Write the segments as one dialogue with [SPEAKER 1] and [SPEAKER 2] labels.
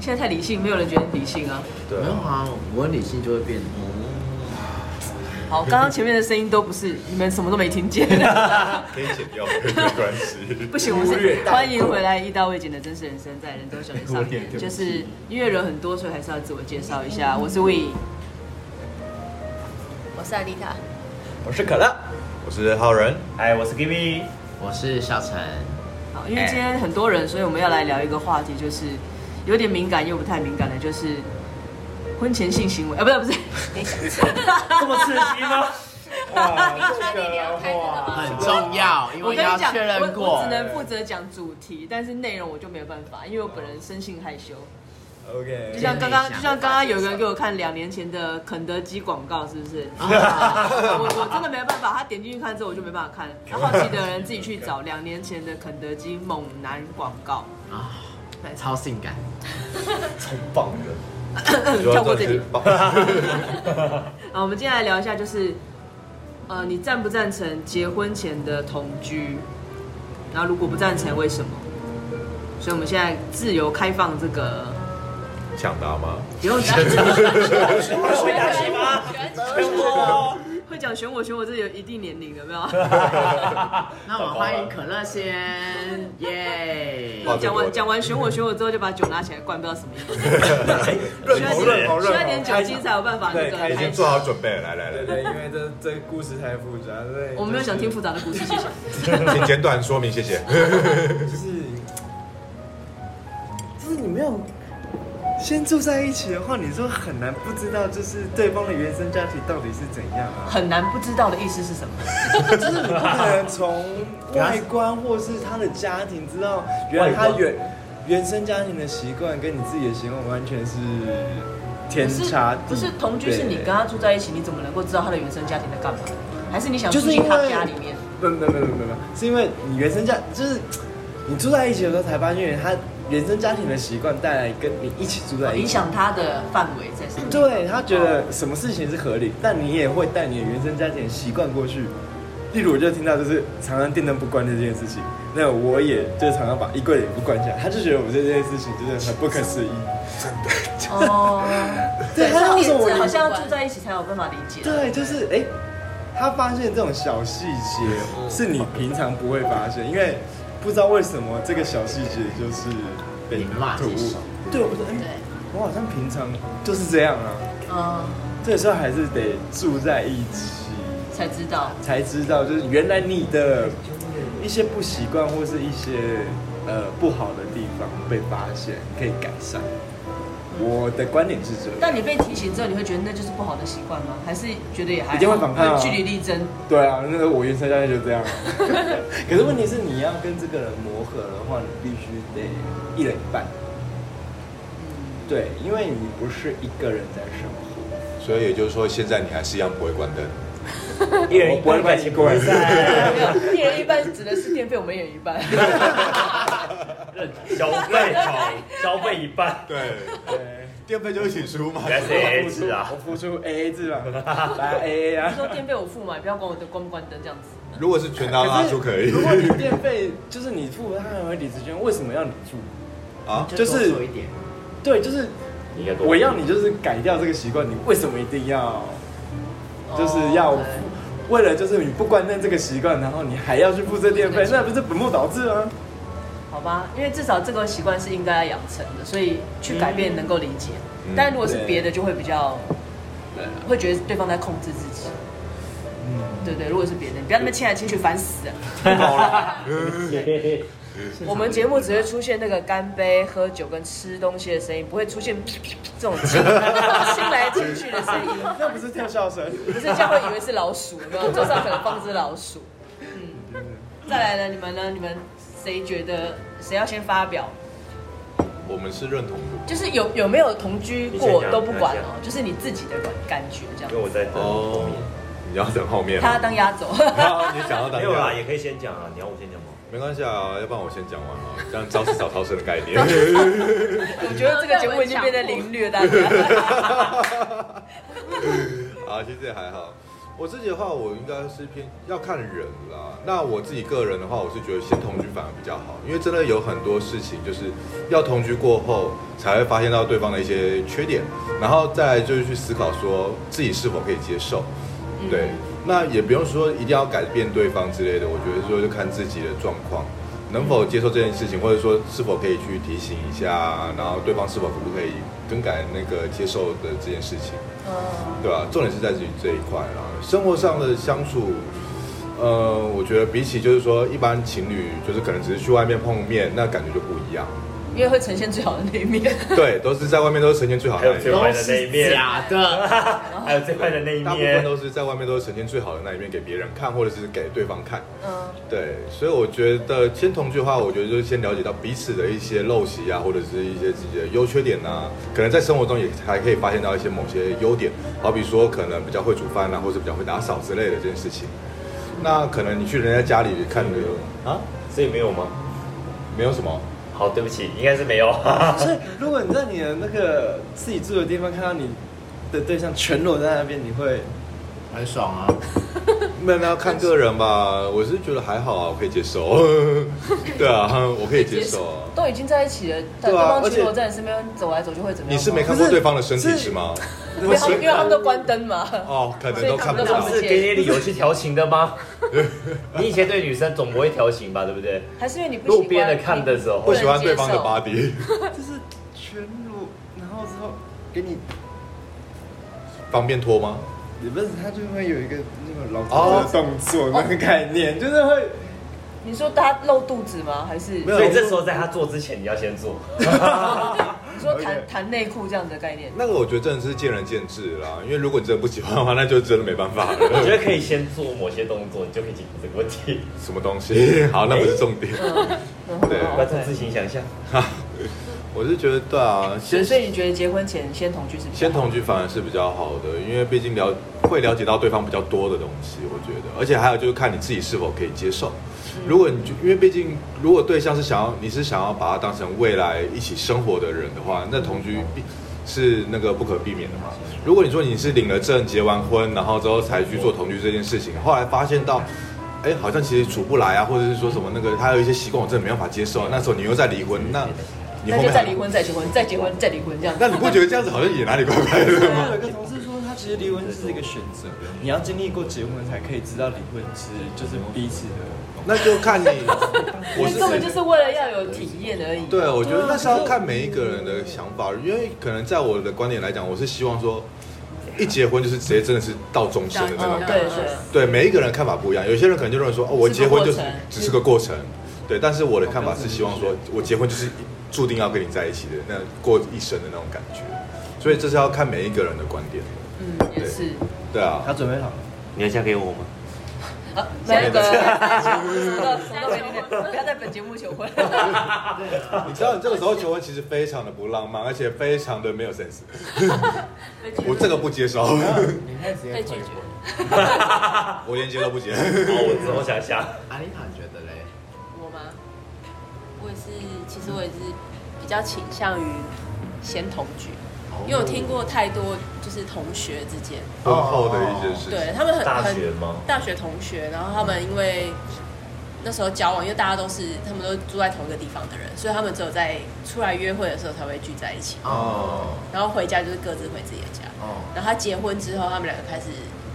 [SPEAKER 1] 现在太理性，没有人觉得理性啊。
[SPEAKER 2] 对
[SPEAKER 3] 没有
[SPEAKER 2] 啊，
[SPEAKER 3] 啊，我很理性就会变
[SPEAKER 1] 好，刚刚前面的声音都不是，你们什么都没听见。
[SPEAKER 2] 可以剪掉，没关系。
[SPEAKER 1] 不行，我是欢迎回来一刀未剪的真实人生，在人多小人上演，就是因为人很多，所以还是要自我介绍一下。我是 We，
[SPEAKER 4] 我是艾丽塔，
[SPEAKER 5] 我是可乐，
[SPEAKER 2] 我是浩仁，
[SPEAKER 5] 哎，我是 Givi，
[SPEAKER 3] 我是小陈，
[SPEAKER 1] 好，因为今天很多人，所以我们要来聊一个话题，就是有点敏感又不太敏感的，就是婚前性行为啊，不是不是，
[SPEAKER 5] 这么刺激吗？哇，
[SPEAKER 4] 你确定你要开这个吗
[SPEAKER 3] 很重要，因
[SPEAKER 1] 我
[SPEAKER 3] 为
[SPEAKER 1] 跟
[SPEAKER 3] 要
[SPEAKER 1] 你讲，
[SPEAKER 3] 确认
[SPEAKER 1] 我我
[SPEAKER 3] 过
[SPEAKER 1] 只。能负责讲主题，但是内容我就没有办法，因为我本人生性害羞。
[SPEAKER 5] OK，
[SPEAKER 1] 就像刚刚，就像刚刚有一个人给我看两年前的肯德基广告，是不 是？我我真的没办法，他点进去看之后我就没办法看了。他好奇的人自己去找两年前的肯德基猛男广告，
[SPEAKER 3] 啊，超性感，
[SPEAKER 5] 超棒的，
[SPEAKER 1] 跳过这 里。
[SPEAKER 2] 里。
[SPEAKER 1] 啊，我们今天来聊一下，就是呃，你赞不赞成结婚前的同居？然后如果不赞成，为什么？所以我们现在自由开放这个，
[SPEAKER 2] 抢答吗？
[SPEAKER 1] 不用讲，会
[SPEAKER 5] 答 题吗
[SPEAKER 1] 会讲选我选我，这里有一定年龄有没 有？
[SPEAKER 3] 那我们欢迎可乐先，耶！
[SPEAKER 2] 好
[SPEAKER 1] 讲完讲完选我选我之后，就把酒拿起来灌，不知道什么意思。 需
[SPEAKER 5] 润
[SPEAKER 1] 要
[SPEAKER 5] 喉
[SPEAKER 1] 点
[SPEAKER 5] 润喉
[SPEAKER 1] 需要
[SPEAKER 5] 润喉
[SPEAKER 1] 点酒精才有办法那个
[SPEAKER 5] 对开
[SPEAKER 2] 已经
[SPEAKER 1] 开
[SPEAKER 2] 做好准备了，来来
[SPEAKER 5] 对
[SPEAKER 2] 来，
[SPEAKER 5] 对，因为这这故事太复杂，对。
[SPEAKER 1] 我们没有想听复杂的故事，谢谢。
[SPEAKER 2] 请简短说明，谢谢。
[SPEAKER 5] 就是，就是你没有先住在一起的话，你说很难不知道，就是对方的原生家庭到底是怎样啊？
[SPEAKER 1] 很难不知道的意思是什么？
[SPEAKER 5] 就是你不可能从外观或是他的家庭知道，原来他原原生家庭的习惯跟你自己的习惯完全是天
[SPEAKER 1] 不是
[SPEAKER 5] 差地
[SPEAKER 1] 不是同居是你
[SPEAKER 5] 别
[SPEAKER 1] 跟他住在一起，你怎么能够知道他的原生家庭在干嘛？还是你想住
[SPEAKER 5] 就是
[SPEAKER 1] 进
[SPEAKER 5] 因
[SPEAKER 1] 他
[SPEAKER 5] 为
[SPEAKER 1] 家里面？
[SPEAKER 5] 没有没有没有没有没有，是因为你原生家就是你住在一起的时候才发现，他原生家庭的习惯带来跟你一起住在一
[SPEAKER 1] 影
[SPEAKER 5] 起。
[SPEAKER 1] 响他的范围在什么？
[SPEAKER 5] 对他觉得什么事情是合理，但你也会带你的原生家庭的习惯过去。例如，我就听到就是常常电灯不关的这件事情，那我也就常常把衣柜也不关起来，他就觉得我这件事情就是很不可思议。
[SPEAKER 1] 哦，
[SPEAKER 5] 对，他为什么我
[SPEAKER 1] 这好
[SPEAKER 5] 理
[SPEAKER 1] 像要住在一起才有办法理解。
[SPEAKER 5] 对，就是哎、他发现这种小细节
[SPEAKER 3] 嗯
[SPEAKER 5] 是你平常不会发现，因为不知道为什么这个小细节就是被
[SPEAKER 3] 你骂
[SPEAKER 5] 突
[SPEAKER 3] 接
[SPEAKER 5] 兀
[SPEAKER 3] 受。
[SPEAKER 5] 对，我说哎、我好像平常就是这样啊，
[SPEAKER 1] 嗯，
[SPEAKER 5] 这时候还是得住在一起，
[SPEAKER 1] 才知道。
[SPEAKER 5] 才知道就是原来你的一些不习惯或是一些呃不好的地方被发现，可以改善。我的观点是这样，
[SPEAKER 1] 但你被提醒之后，你会觉得那就是不好的习惯吗？还是觉得也还好
[SPEAKER 5] 一定会反抗啊
[SPEAKER 1] 据理力争。
[SPEAKER 5] 对啊，那个我原生家庭就这样。 可是问题是，你要跟这个人磨合的话，你必须得一人一半。对，因为你不是一个人在生活，
[SPEAKER 2] 所以也就是说，现在你还是一样不会关灯。
[SPEAKER 5] 一人一半我不会关心不会关心
[SPEAKER 1] 没有一人一半指的是电费，我们一人一半。
[SPEAKER 6] 消费好，消费一半，
[SPEAKER 2] 对，
[SPEAKER 5] 对，
[SPEAKER 2] 电费就一起出嘛。
[SPEAKER 6] 原来是 A A 制啊
[SPEAKER 5] 我，付出 A A 制嘛，来 A A
[SPEAKER 1] 他说
[SPEAKER 5] 啊。
[SPEAKER 1] 电费我付嘛，不要管我的关不关灯这样子。
[SPEAKER 2] 如果是全搭拉出可以
[SPEAKER 5] 如果你电费就是你付，他还会理职券，为什么要你付？
[SPEAKER 2] 啊，
[SPEAKER 5] 就
[SPEAKER 3] 多
[SPEAKER 5] 是
[SPEAKER 3] 做一点，
[SPEAKER 5] 对，就是
[SPEAKER 6] 你应该多
[SPEAKER 5] 我要你就是改掉这个习惯，你为什么一定要就是要付
[SPEAKER 1] 哦
[SPEAKER 5] 为了就是你不关灯这个习惯，然后你还要去付这电费，那不是本末倒置吗？
[SPEAKER 1] 好吧，因为至少这个习惯是应该要养成的，所以去改变能够理解。
[SPEAKER 2] 嗯
[SPEAKER 1] 但如果是别的，就会比较会觉得对方在控制自己。对对，如果是别的，你不要那么亲来亲去，烦死了。我们节目只会出现那个干杯、喝酒跟吃东西的声音，不会出现 这种亲亲来亲去的声音。
[SPEAKER 5] 那不是跳笑 声。
[SPEAKER 1] 不是这样会以为是老鼠，有没 有？桌上可能放只老鼠。嗯，再来呢？你们呢？你们谁觉得谁要先发表？
[SPEAKER 2] 我们是认同的。
[SPEAKER 1] 就是有有没有同居
[SPEAKER 6] 你先
[SPEAKER 1] 过
[SPEAKER 6] 讲
[SPEAKER 1] 都不管哦，就是你自己的感感觉这样
[SPEAKER 6] 因为。我在等后面。，
[SPEAKER 2] 你要等后面
[SPEAKER 1] 他
[SPEAKER 2] 吗？
[SPEAKER 1] 当压 轴，
[SPEAKER 2] 啊 你想要等
[SPEAKER 6] 没有啦，也可以先讲啊，你要我先讲吗？
[SPEAKER 2] 没关系啊，要不然我先讲完啊，这样招式找逃生的概念。
[SPEAKER 1] 我觉得这个节目已
[SPEAKER 6] 啊
[SPEAKER 1] 经变得凌虐大家。
[SPEAKER 2] 啊，其实也还好。我自己的话，我应该是偏要看人啦。那我自己个人的话，我是觉得先同居反而比较好，因为真的有很多事情就是要同居过后才会发现到对方的一些缺点，然后再来就是去思考说自己是否可以接受。对，那也不用说一定要改变对方之类的，我觉得说就看自己的状况。能否接受这件事情，或者说是否可以去提醒一下，啊然后对方是否可不可以更改那个接受的这件事情？
[SPEAKER 4] 嗯，
[SPEAKER 2] 对吧、啊重点是在于这一块啦。生活上的相处，呃，我觉得比起就是说一般情侣，就是可能只是去外面碰面，那感觉就不一样。
[SPEAKER 1] 因为会呈现最好的那一面。
[SPEAKER 2] 对，都是在外面都是呈现最好
[SPEAKER 6] 还
[SPEAKER 2] 的
[SPEAKER 6] 有
[SPEAKER 2] 那一
[SPEAKER 6] 最
[SPEAKER 2] 面。
[SPEAKER 6] 坏的那一面，
[SPEAKER 3] 假的，
[SPEAKER 6] 还有最坏的那一
[SPEAKER 2] 大部分
[SPEAKER 6] 面。
[SPEAKER 2] 都是在外面都是呈现最好的那一面给别人看，或者是给对方看。
[SPEAKER 4] 嗯，
[SPEAKER 2] 对，所以我觉得先同居的话，我觉得啊就是先了解到彼此的一些陋习啊，或者是一些自己的优缺点啊，可能在生活中也还可以发现到一些某些优点，好比说可能比较会煮饭啊，或者比较会打扫之类的这件事情。那可能你去人家家里看的啊，
[SPEAKER 6] 所以没有吗？
[SPEAKER 2] 没有什么，
[SPEAKER 6] 好，对不起，应该是没 有。
[SPEAKER 5] 所以如果你在你的那个自己住的地方看到你的对象全裸在那边，你会
[SPEAKER 3] 很爽啊！
[SPEAKER 2] 那那要看个人吧，我是觉得还好啊，我可以接受。对啊，我可以接受啊。
[SPEAKER 1] 都已经在一起了，但
[SPEAKER 2] 对
[SPEAKER 1] 对
[SPEAKER 2] 啊
[SPEAKER 1] 方
[SPEAKER 2] 而且
[SPEAKER 1] 巡逻在你身边走来走去会怎么样吗？
[SPEAKER 2] 你是没看
[SPEAKER 5] 不
[SPEAKER 2] 过
[SPEAKER 5] 是
[SPEAKER 2] 对方的身体
[SPEAKER 5] 是
[SPEAKER 2] 是吗？
[SPEAKER 1] 因为他们因为他们都关灯嘛。
[SPEAKER 2] 哦，可能
[SPEAKER 1] 所以
[SPEAKER 2] 都
[SPEAKER 1] 他
[SPEAKER 2] 看
[SPEAKER 1] 们
[SPEAKER 2] 不
[SPEAKER 1] 都
[SPEAKER 2] 到
[SPEAKER 1] 看不。
[SPEAKER 6] 是给你理由去调情的 吗？你以前对女生总不会调情吧，对不对？
[SPEAKER 1] 还是因为你不喜欢
[SPEAKER 6] 路边的看的时候
[SPEAKER 2] 不喜欢对方的
[SPEAKER 1] 不能
[SPEAKER 2] body，
[SPEAKER 5] 就是全裸，然后之后给你，
[SPEAKER 2] 方便脱吗？
[SPEAKER 5] 也不是他就会有一个那个老
[SPEAKER 2] 哦
[SPEAKER 5] 头的动作那个概念，就是会
[SPEAKER 1] 接受你说他露肚子吗？还是
[SPEAKER 5] 没有
[SPEAKER 6] 所以这时候在他做之前，你要先 做。
[SPEAKER 1] 你说
[SPEAKER 5] 而且
[SPEAKER 1] 弹弹内裤这样子的概念？
[SPEAKER 2] 那个我觉得真的是见仁见智啦， 因为如果你真的不喜欢的话，那就真的没办法
[SPEAKER 6] 我
[SPEAKER 2] 了。
[SPEAKER 6] 觉得可以先做某些动作，你就可以解决这个问题。
[SPEAKER 2] 什么东西？好，那不是重点。对
[SPEAKER 1] 哦
[SPEAKER 6] 观众自行想象。
[SPEAKER 2] 我是觉得对啊，
[SPEAKER 1] 所
[SPEAKER 2] 先
[SPEAKER 1] 以所以你觉得结婚前先同居是比较
[SPEAKER 2] 先
[SPEAKER 1] 好
[SPEAKER 2] 同居反而是比较好的，因为毕竟了会了解到对方比较多的东西，我觉得，而且还有就是看你自己是否可以接受。
[SPEAKER 1] 嗯
[SPEAKER 2] 如果你就因为毕竟，如果对象是想要你是想要把他当成未来一起生活的人的话，那同居必是那个不可避免的嘛。如果你说你是领了证、结完婚，然后之后才去做同居这件事情，后来发现到。哎，好像其实处不来啊，或者是说什么那个，他有一些习惯我真的没办法接受。那时候你又在离婚，那你
[SPEAKER 1] 那
[SPEAKER 2] 后
[SPEAKER 1] 就
[SPEAKER 2] 面
[SPEAKER 1] 再
[SPEAKER 2] 还
[SPEAKER 1] 离，婚，再结婚，再结婚，再离婚这样子。
[SPEAKER 2] 那你不觉得这样子好像也哪里怪怪的吗？
[SPEAKER 5] 我有一个同事说，他其实离婚是一个选择，你要经历过结婚才可以知道离婚是就是彼此的。
[SPEAKER 2] 那就 看你，我
[SPEAKER 1] 你
[SPEAKER 2] 是
[SPEAKER 1] 根本就是嗯为了要有体验而已。
[SPEAKER 2] 对，啊我觉得那是要看每一个人的想法，因为可能在我的观点来讲，我是希望说，一结婚就是直接真的是到终身的那种
[SPEAKER 1] 嗯
[SPEAKER 2] 感觉。
[SPEAKER 1] 对对。
[SPEAKER 2] 啊对，每一个人看法不一样，有些人可能就认为说，哦，我结婚就
[SPEAKER 1] 是
[SPEAKER 2] 是
[SPEAKER 1] 个过程嗯
[SPEAKER 2] 只是个过程，对。但是我的看法是希望说，我结婚就是注定要跟你在一起的，那过一生的那种感觉。所以这是要看每一个人的观点，
[SPEAKER 1] 嗯，也是。
[SPEAKER 2] 对啊。
[SPEAKER 5] 他准备好了，
[SPEAKER 6] 你要嫁给我吗？
[SPEAKER 1] 啊，那个什么都什么都没听见不要在本节目求婚。
[SPEAKER 2] 你知道，你这个时候求婚其实非常的不浪漫，而且非常的没有 sense。我这个不接 受，
[SPEAKER 5] 你开始
[SPEAKER 4] 被拒绝。
[SPEAKER 2] 我连接都不 接。
[SPEAKER 6] 好，哦我之后想想。
[SPEAKER 3] 阿丽塔你觉得嘞？
[SPEAKER 4] 我吗？我也是，其实我也是比较倾向于先同居，
[SPEAKER 2] 哦
[SPEAKER 4] 因为我听过太多就是同学之间，
[SPEAKER 2] 婚后的一些事情。
[SPEAKER 4] 对他们很
[SPEAKER 6] 大
[SPEAKER 4] 很
[SPEAKER 6] 学吗？
[SPEAKER 4] 大学同学，然后他们因为那时候交往，因为大家都是他们都住在同一个地方的人，所以他们只有在出来约会的时候才会聚在一起，
[SPEAKER 3] 哦
[SPEAKER 4] 然后回家就是各自回自己的家。
[SPEAKER 3] 哦，
[SPEAKER 4] 然后他结婚之后，他们两个开始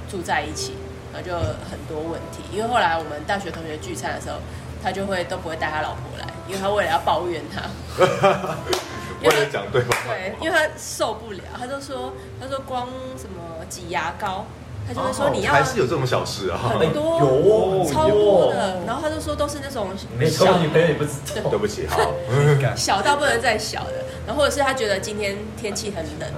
[SPEAKER 4] 住在一起，然后就很多问题。因为后来我们大学同学聚餐的时候，他就会都不会带他老婆来，因为他为了要抱怨他，
[SPEAKER 2] 为了讲对方，
[SPEAKER 4] 对，因为他受不了，他就说，他说光什么挤牙膏，他就会说
[SPEAKER 6] 哦
[SPEAKER 4] 你要
[SPEAKER 2] 还是有这种小事啊。
[SPEAKER 4] 很多、
[SPEAKER 6] 有哦
[SPEAKER 4] 超多
[SPEAKER 6] 有
[SPEAKER 4] 的
[SPEAKER 6] 哦，
[SPEAKER 4] 然后他就说都是那种
[SPEAKER 6] 没交过女朋友也不知道。
[SPEAKER 2] 对不起，好，
[SPEAKER 4] 小到不能再小的，然后或者是他觉得今天天气很冷，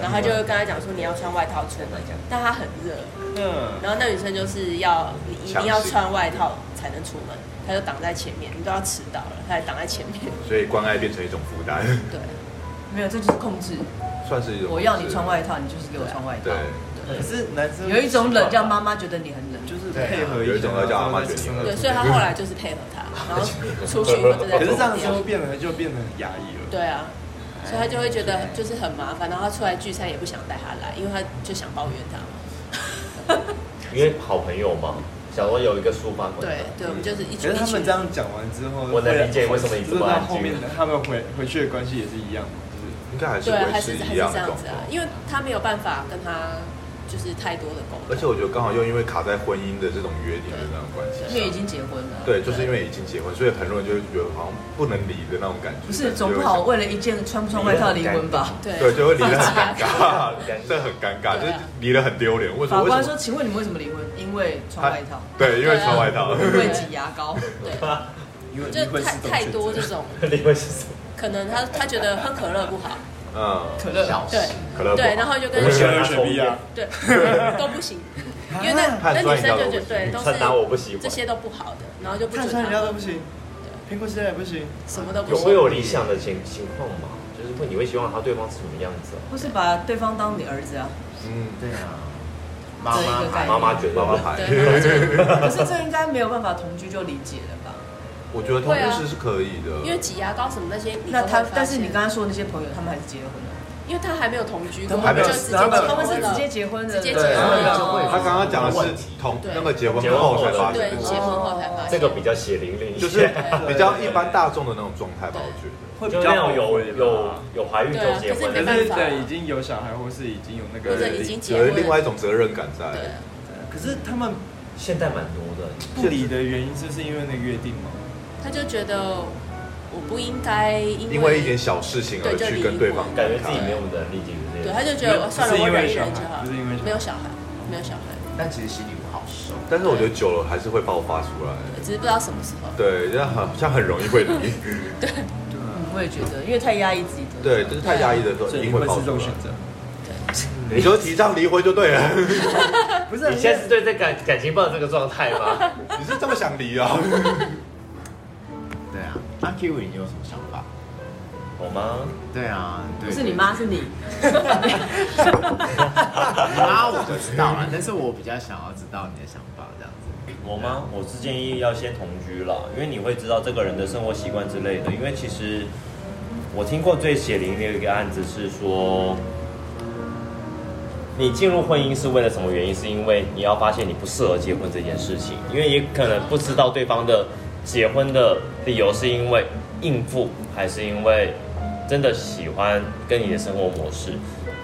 [SPEAKER 4] 然后他就跟他讲说你要穿外套出门，但他很热，
[SPEAKER 5] 嗯，
[SPEAKER 4] 然后那女生就是要你一定要穿外套才能出门，她就挡在前面，你都要迟到了，她还挡在前面。
[SPEAKER 2] 所以关爱变成一种负担，
[SPEAKER 4] 对，
[SPEAKER 1] 没有，这就是控制。
[SPEAKER 2] 算是一种。
[SPEAKER 1] 我要你穿外套，你就是给我穿外套
[SPEAKER 2] 对。，
[SPEAKER 5] 可是男生
[SPEAKER 1] 有一种冷，让妈妈觉得你很冷。
[SPEAKER 5] 就是配合
[SPEAKER 2] 有
[SPEAKER 5] 一
[SPEAKER 2] 一
[SPEAKER 5] 下
[SPEAKER 2] 种叫阿嬷卷你
[SPEAKER 4] 对，所以她后来就是配合他，然后出去或者在
[SPEAKER 5] 可是这样之后变得就变得很压抑了。
[SPEAKER 4] 对啊，
[SPEAKER 1] 哎
[SPEAKER 4] 所以她就会觉得就是很麻烦，然后她出来聚餐也不想带她来，因为她就想抱怨他嘛。
[SPEAKER 6] 因为好朋友嘛，想说有一个抒发管道。
[SPEAKER 1] 对对，我们就是一群
[SPEAKER 5] 可是
[SPEAKER 1] 一
[SPEAKER 5] 他们
[SPEAKER 1] 群
[SPEAKER 5] 这。样讲完之后，
[SPEAKER 6] 我能理解为什么你这
[SPEAKER 5] 知
[SPEAKER 6] 么
[SPEAKER 5] 道
[SPEAKER 6] 安静
[SPEAKER 5] 后面的他们回回去的关系也是一样嘛，
[SPEAKER 2] 应该还是
[SPEAKER 1] 对，啊还
[SPEAKER 2] 维
[SPEAKER 1] 是
[SPEAKER 2] 持
[SPEAKER 1] 还是
[SPEAKER 2] 一
[SPEAKER 1] 这样
[SPEAKER 2] 样的状
[SPEAKER 1] 子
[SPEAKER 2] 况
[SPEAKER 1] 啊，。因为他没有办法跟他就是太多的沟通，
[SPEAKER 2] 而且我觉得刚好又因为卡在婚姻的这种约定的那种关系
[SPEAKER 1] 因为已
[SPEAKER 2] 上，
[SPEAKER 1] 经结婚了。
[SPEAKER 2] 对，就是因为已经结婚，所以很多人就会觉得好像不能离的那种感觉。
[SPEAKER 4] 不是，总不好为了一件穿不穿外套离婚 吧？
[SPEAKER 1] 对
[SPEAKER 2] 对，就会离得 很尴
[SPEAKER 1] 对
[SPEAKER 2] 尬， 这很尴尬，就是离得很丢脸。为什
[SPEAKER 4] 法
[SPEAKER 2] 么？为
[SPEAKER 4] 官
[SPEAKER 2] 什
[SPEAKER 4] 说
[SPEAKER 2] 么？：“
[SPEAKER 4] 请问你们为什么离婚？因为穿外套，
[SPEAKER 2] 对，因为穿外套。
[SPEAKER 4] 因为挤牙 膏。
[SPEAKER 5] 就是因为
[SPEAKER 1] 就
[SPEAKER 5] 离婚是
[SPEAKER 1] 太太
[SPEAKER 5] 一种选择
[SPEAKER 1] 多这种，
[SPEAKER 6] 另外是什么？
[SPEAKER 1] 可能他他觉得喝可乐不好，
[SPEAKER 2] 嗯，
[SPEAKER 4] 可乐啊
[SPEAKER 6] 小
[SPEAKER 1] 对
[SPEAKER 2] 可乐不好
[SPEAKER 1] 对，然后就跟
[SPEAKER 6] 我喜
[SPEAKER 5] 喜
[SPEAKER 6] 欢喝
[SPEAKER 5] 欢喝
[SPEAKER 6] 雪
[SPEAKER 5] 雪
[SPEAKER 6] 碧
[SPEAKER 5] 碧
[SPEAKER 6] 啊
[SPEAKER 5] 啊，
[SPEAKER 1] 对 都不行，因为
[SPEAKER 5] 啊
[SPEAKER 1] 那那
[SPEAKER 2] 碳酸
[SPEAKER 1] 女
[SPEAKER 2] 饮
[SPEAKER 1] 生
[SPEAKER 2] 料
[SPEAKER 1] 就
[SPEAKER 2] 都
[SPEAKER 1] 觉得
[SPEAKER 2] 不行
[SPEAKER 1] 对都
[SPEAKER 6] 穿搭我不
[SPEAKER 1] 是
[SPEAKER 6] 喜欢
[SPEAKER 1] 这些都不好的，然后就不
[SPEAKER 5] 碳
[SPEAKER 1] 准
[SPEAKER 5] 酸饮
[SPEAKER 1] 他
[SPEAKER 5] 料都
[SPEAKER 1] 们
[SPEAKER 5] 不行，苹果西拉也不行，
[SPEAKER 1] 什么都不
[SPEAKER 6] 有会有
[SPEAKER 1] 行，
[SPEAKER 6] 理想的情情况嘛？就是会你会希望他对方是什么样子啊？
[SPEAKER 4] 或是把对方当你儿 子啊？
[SPEAKER 2] 嗯，
[SPEAKER 6] 对啊，
[SPEAKER 3] 妈
[SPEAKER 4] 这一个
[SPEAKER 3] 妈
[SPEAKER 4] 概念
[SPEAKER 6] 妈妈觉得
[SPEAKER 2] 妈妈牌。
[SPEAKER 1] 对，啊
[SPEAKER 4] 可是这应该没有办法同居就理解了吧？
[SPEAKER 2] 我觉得同居室是可以的，
[SPEAKER 1] 因为挤牙膏什么那些，
[SPEAKER 4] 那他，但是你
[SPEAKER 1] 刚，
[SPEAKER 4] 刚刚说的那些朋友，他们还是结婚了，
[SPEAKER 1] 因为他还没有同居过，
[SPEAKER 5] 他
[SPEAKER 2] 们
[SPEAKER 1] 就
[SPEAKER 2] 还没有
[SPEAKER 1] 直接
[SPEAKER 5] 他们
[SPEAKER 4] 他们是
[SPEAKER 1] 了
[SPEAKER 4] 直接结婚的，啊
[SPEAKER 1] 直接结
[SPEAKER 6] 对，啊
[SPEAKER 1] 婚
[SPEAKER 6] 那就会
[SPEAKER 2] 他刚刚讲的
[SPEAKER 6] 问
[SPEAKER 2] 是
[SPEAKER 6] 题
[SPEAKER 2] 同
[SPEAKER 1] 对
[SPEAKER 2] 那个结婚后才发
[SPEAKER 1] 对
[SPEAKER 2] 现的事
[SPEAKER 1] 结
[SPEAKER 2] 情，
[SPEAKER 1] 婚后才发现
[SPEAKER 6] 这个比较血淋淋一些，
[SPEAKER 2] 就是比较一般大众的那种状态吧，我觉得。
[SPEAKER 5] 会
[SPEAKER 6] 就
[SPEAKER 5] 比
[SPEAKER 6] 那
[SPEAKER 5] 较
[SPEAKER 6] 种
[SPEAKER 5] 后
[SPEAKER 6] 有
[SPEAKER 5] 悔
[SPEAKER 6] 有
[SPEAKER 5] 吧
[SPEAKER 6] 有怀孕就结婚
[SPEAKER 1] 对啊可
[SPEAKER 5] 可
[SPEAKER 6] 的，
[SPEAKER 5] 是等已经有小孩或是已经有那
[SPEAKER 1] 或
[SPEAKER 5] 个
[SPEAKER 1] 者已经结
[SPEAKER 2] 有
[SPEAKER 1] 婚，
[SPEAKER 2] 另外一种责任感在。
[SPEAKER 1] 对，
[SPEAKER 5] 可是他们
[SPEAKER 6] 现在蛮多的，
[SPEAKER 5] 不理的原因，就是因为那个约定吗？
[SPEAKER 1] 他就觉得我不应该因为
[SPEAKER 2] 因为一点小事情而去跟对方
[SPEAKER 6] 感觉自己没有能力解决这
[SPEAKER 1] 对，
[SPEAKER 6] 些
[SPEAKER 1] 他。就觉得哦算了，我忍一忍就好，
[SPEAKER 5] 不是因为小孩
[SPEAKER 1] 没有小孩，没有小孩，
[SPEAKER 3] 但其实心里不好受。
[SPEAKER 2] 但是我觉得久了还是会爆发出来。
[SPEAKER 1] 只是不知道什么时候。
[SPEAKER 2] 对，这样好像很容易会离。
[SPEAKER 4] 嗯，我也觉得，因为太压抑自己的。
[SPEAKER 2] 对，啊就是太压抑的时候，
[SPEAKER 5] 所
[SPEAKER 2] 一
[SPEAKER 5] 以
[SPEAKER 2] 定
[SPEAKER 5] 会
[SPEAKER 2] 会
[SPEAKER 5] 是
[SPEAKER 2] 爆
[SPEAKER 5] 这
[SPEAKER 2] 出
[SPEAKER 5] 种选
[SPEAKER 2] 来。
[SPEAKER 5] 择，
[SPEAKER 2] 你就提倡离婚就对了。
[SPEAKER 5] 不是啊
[SPEAKER 6] 你现在是对这感感情抱有这个状态吗？
[SPEAKER 2] 你是这么想离啊？
[SPEAKER 3] 对啊，那 Q 你有什么想法？
[SPEAKER 6] 我吗？
[SPEAKER 3] 对啊，对
[SPEAKER 4] 不是你妈，是你。
[SPEAKER 3] 你妈我不知道啊， 但是我比较想要知道你的想法这样子。
[SPEAKER 6] 我吗？我是建议要先同居啦，因为你会知道这个人的生活习惯之类的。因为其实我听过最血淋的一个案子是说，你进入婚姻是为了什么原因？是因为你要发现你不适合结婚这件事情，因为也可能不知道对方的结婚的理由是因为应付，还是因为真的喜欢跟你的生活模式。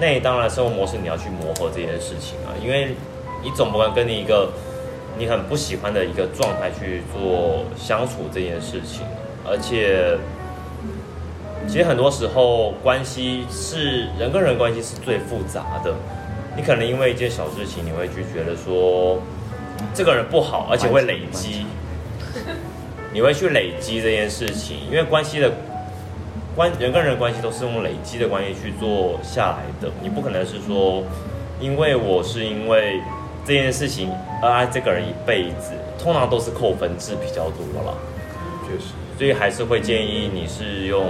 [SPEAKER 6] 那你当然生活模式你要去磨合这件事情啊，因为你总不能跟你一个你很不喜欢的一个状态去做相处这件事情，而且其实很多时候关系是人跟人关系是最复杂的，你可能因为一件小事情你会去觉得说嗯这个人不好，而且会累积， 你会去累积这件事情，因为关系的关人跟人关系都是用累积的关系去做下来的，你不可能是说，因为我是因为这件事情而爱这个人一辈子，通常都是扣分制比较多了，
[SPEAKER 2] 确实，
[SPEAKER 6] 所以还是会建议你是用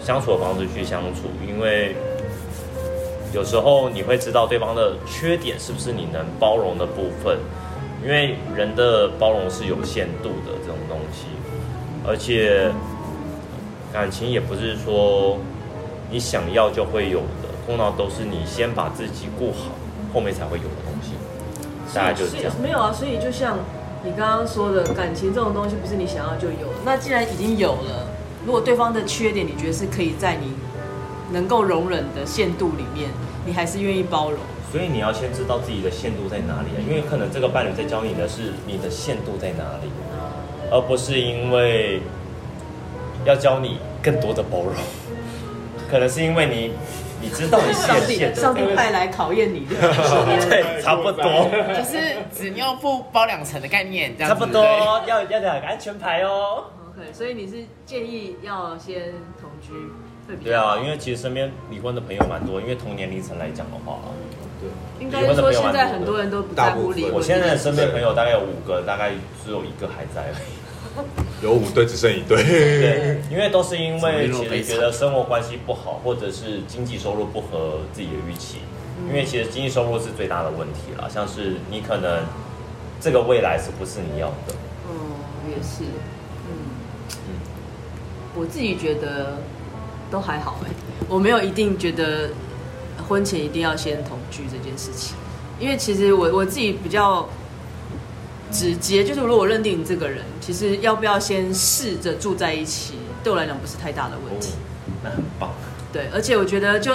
[SPEAKER 6] 相处的方式去相处，因为有时候你会知道对方的缺点是不是你能包容的部分，因为人的包容是有限度的这种东西，而且感情也不是说你想要就会有的，通常都是你先把自己顾好，后面才会有的东西，大概就是这样
[SPEAKER 4] 所以。没有啊，所以就像你刚刚说的，感情这种东西不是你想要就有。那既然已经有了，如果对方的缺点你觉得是可以在你能够容忍的限度里面，你还是愿意包容。
[SPEAKER 6] 所以你要先知道自己的限度在哪里啊，因为可能这个伴侣在教你的是你的限度在哪里，而不是因为要教你更多的包容，可能是因为你你知道你
[SPEAKER 4] 上
[SPEAKER 6] 是有限
[SPEAKER 4] 帝，
[SPEAKER 6] 度，
[SPEAKER 4] 上帝派来考验你的。
[SPEAKER 6] 对，差不多，
[SPEAKER 3] 就是纸尿布包两层的概念，这样
[SPEAKER 6] 差
[SPEAKER 3] 子
[SPEAKER 6] 不多，要要两个安全牌哦。
[SPEAKER 4] OK，所以你是建议要先同居会比
[SPEAKER 6] 对
[SPEAKER 4] 较好
[SPEAKER 6] 啊，因为其实身边离婚的朋友蛮多，因为同年龄层来讲的话啊，
[SPEAKER 4] 应该是说现在很多人都不在乎离
[SPEAKER 2] 大部分
[SPEAKER 4] 婚。
[SPEAKER 6] 我现在身边朋友大概有五个，大概只有一个还在而已。
[SPEAKER 2] 有五对只剩一对。
[SPEAKER 6] 对，因为都是因为
[SPEAKER 3] 怎么
[SPEAKER 6] 其
[SPEAKER 3] 一路悲
[SPEAKER 6] 实觉
[SPEAKER 3] 惨
[SPEAKER 6] 得生活关系不好，或者是经济收入不合自己的预期。因为其实经济收入是最大的问题了，像是你可能这个未来是不是你要的？
[SPEAKER 4] 嗯，也是，嗯，我自己觉得都还欸好哎、我没有一定觉得婚前一定要先同居这件事情，因为其实我我自己比较直接，就是如果认定你这个人，其实要不要先试着住在一起，对我来讲不是太大的问题。
[SPEAKER 6] 那很棒。
[SPEAKER 4] 对，而且我觉得就